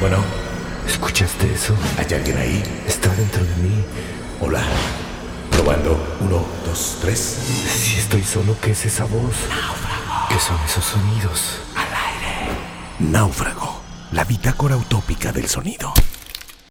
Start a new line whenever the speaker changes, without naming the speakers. Bueno,
¿Escuchaste eso?
¿hay alguien ahí?
Está dentro de mí.
Hola. Probando. Uno, dos, tres.
Si estoy solo, ¿qué es esa voz? ¿Qué son esos sonidos?
Náufrago. La bitácora utópica del sonido.